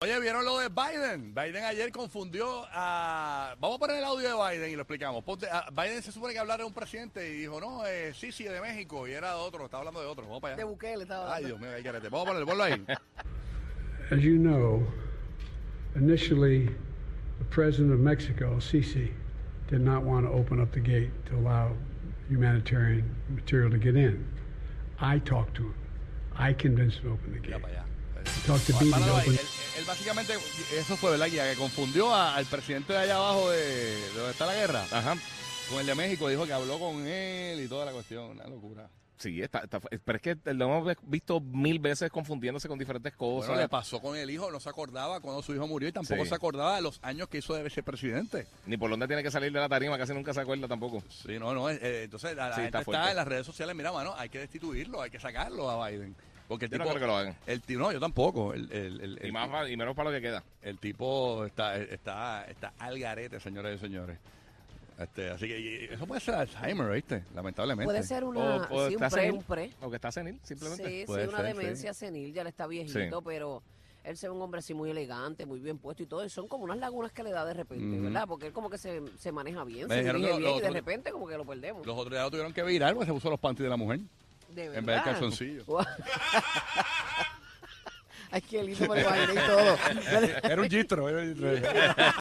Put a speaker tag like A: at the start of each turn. A: Oye, ¿vieron lo de Biden? Biden ayer confundió a... Vamos a poner el audio de Biden y lo explicamos. Ponte- a- Biden se supone que hablar de un presidente y dijo, no, eh, sí, sí, de México. Y era de otro, estaba hablando de otro. Vamos para
B: De
A: allá.
B: Bukele estaba
A: Ay,
B: hablando.
A: Dios mío, qué carete. Vamos a ponerlo, ponlo ahí.
C: As you know, initially, the president of Mexico, Sisi, did not want to open up the gate to allow humanitarian material to get in. I talked to him. I convinced him to open the
A: Mira
C: gate.
A: para allá.
C: Talk to
A: Bueno,
C: Bibi to
A: páralo ahí.
C: open.
A: Él, él básicamente, eso fue, ¿verdad, Guía? Que confundió a- al presidente de allá abajo de, de donde está la guerra.
D: Ajá.
A: Con el de México, dijo que habló con él y toda la cuestión. Una locura.
D: Sí, está, está- pero es que lo hemos visto mil veces confundiéndose con diferentes cosas.
A: Bueno, le pasó con el hijo, no se acordaba cuando su hijo murió y tampoco
D: Sí.
A: se acordaba de los años que hizo de vicepresidente.
D: Ni por dónde tiene que salir de la tarima, casi nunca se acuerda tampoco.
A: Sí, no, no. eh, eh, entonces, la, la
D: Sí,
A: gente
D: está
A: está,
D: fuerte.
A: en las redes sociales, mira, mano, hay que destituirlo, hay que sacarlo a Biden. Porque el
D: Yo no
A: tipo,
D: creo que lo hagan.
A: El ti- no, yo tampoco. El, el- el-
D: Y,
A: el-
D: más, pa- y menos para lo que queda.
A: el tipo está, está, está al garete, señoras y señores. Este, así que y- y eso puede ser Alzheimer, ¿viste? Lamentablemente.
B: Puede ser una, sí, un pre, un pre.
D: O que está senil, simplemente.
B: Sí, sí,
A: Puede
B: una
A: ser,
B: demencia senil, ya le está viejito,
D: Sí.
B: pero él se ve un hombre así muy elegante, muy bien puesto y todo, y son como unas lagunas que le da de repente, ¿verdad? Porque él como que se, se maneja bien,
A: Me
B: se
A: dijeron
B: dirige
A: que lo-
B: bien y de
A: lo-
B: repente como que lo perdemos.
A: Los otros ya lo tuvieron que virar porque se puso los panties de la mujer.
B: de
A: en vez del
B: verdad.
A: calzoncillo.
B: Ay, qué lindo me lo imaginé y todo.
A: Era un gistro, era un gistro.